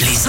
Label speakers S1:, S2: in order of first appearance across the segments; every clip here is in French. S1: Les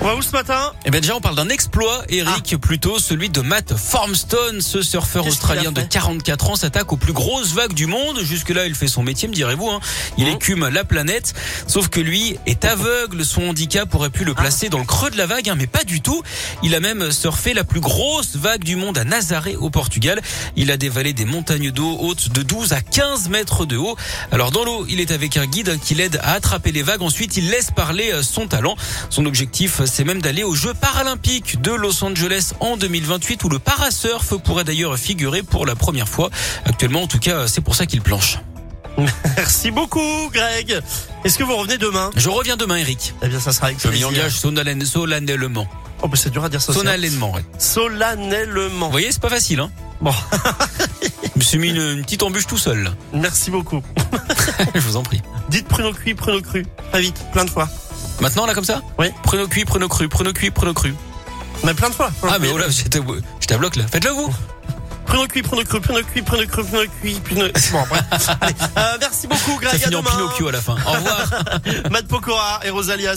S2: On va où ce matin
S3: Eh bien déjà, on parle d'un exploit, Eric, plutôt celui de Matt Formstone, ce surfeur
S2: Ah. Qu'est-ce qu'il a
S3: australien de
S2: fait
S3: 44 ans s'attaque aux plus grosses vagues du monde. Jusque-là, il fait son métier, me direz-vous. hein. Il
S2: Mhm.
S3: écume la planète, sauf que lui est aveugle. Son handicap aurait pu le
S2: Ah.
S3: placer dans le creux de la vague, hein, mais pas du tout. Il a même surfé la plus grosse vague du monde à Nazaré, au Portugal. Il a dévalé des montagnes d'eau hautes de 12 à 15 mètres de haut. Alors dans l'eau, il est avec un guide hein, qui l'aide à attraper les vagues. Ensuite, il laisse parler euh, son talent. Son objectif, euh, c'est même d'aller aux Jeux paralympiques de Los Angeles en 2028 où le parasurf pourrait d'ailleurs figurer pour la première fois. Actuellement, en tout cas, euh, c'est pour ça qu'il planche.
S2: Merci beaucoup, Greg. Est-ce que vous revenez demain
S3: Je reviens demain, Eric.
S2: Eh bien, ça sera avec
S3: Je m'y
S2: plaisir.
S3: engage solennel- solennellement.
S2: Oh, bah, c'est dur à dire ça. aussi, hein.
S3: Solennellement, ouais. Vous
S2: Solennellement.
S3: voyez, c'est pas facile, hein.
S2: Bon,
S3: Je me suis mis une, une petite embûche tout seul. là.
S2: merci beaucoup.
S3: Je vous en prie.
S2: Dites pruneau cuit, pruneau cru. Très vite, plein de fois.
S3: Maintenant, là, comme ça
S2: Oui.
S3: Prenez cuit, prenez cru, prenez cuit, prenez cru.
S2: Mais plein de fois.
S3: Ah, mais oh là, j'étais j'étais à bloc, là. Faites-le, vous
S2: Pruneau cuit, pruneau cru, pruneau cuit, pruneau cru, pruneau cuit, pruneau. Bon, bref. Allez, euh, merci beaucoup,
S3: Ça
S2: Greg. à
S3: finit en
S2: demain.
S3: Pinocchio à la fin. Au revoir
S2: Matt Pokora et Rosalia.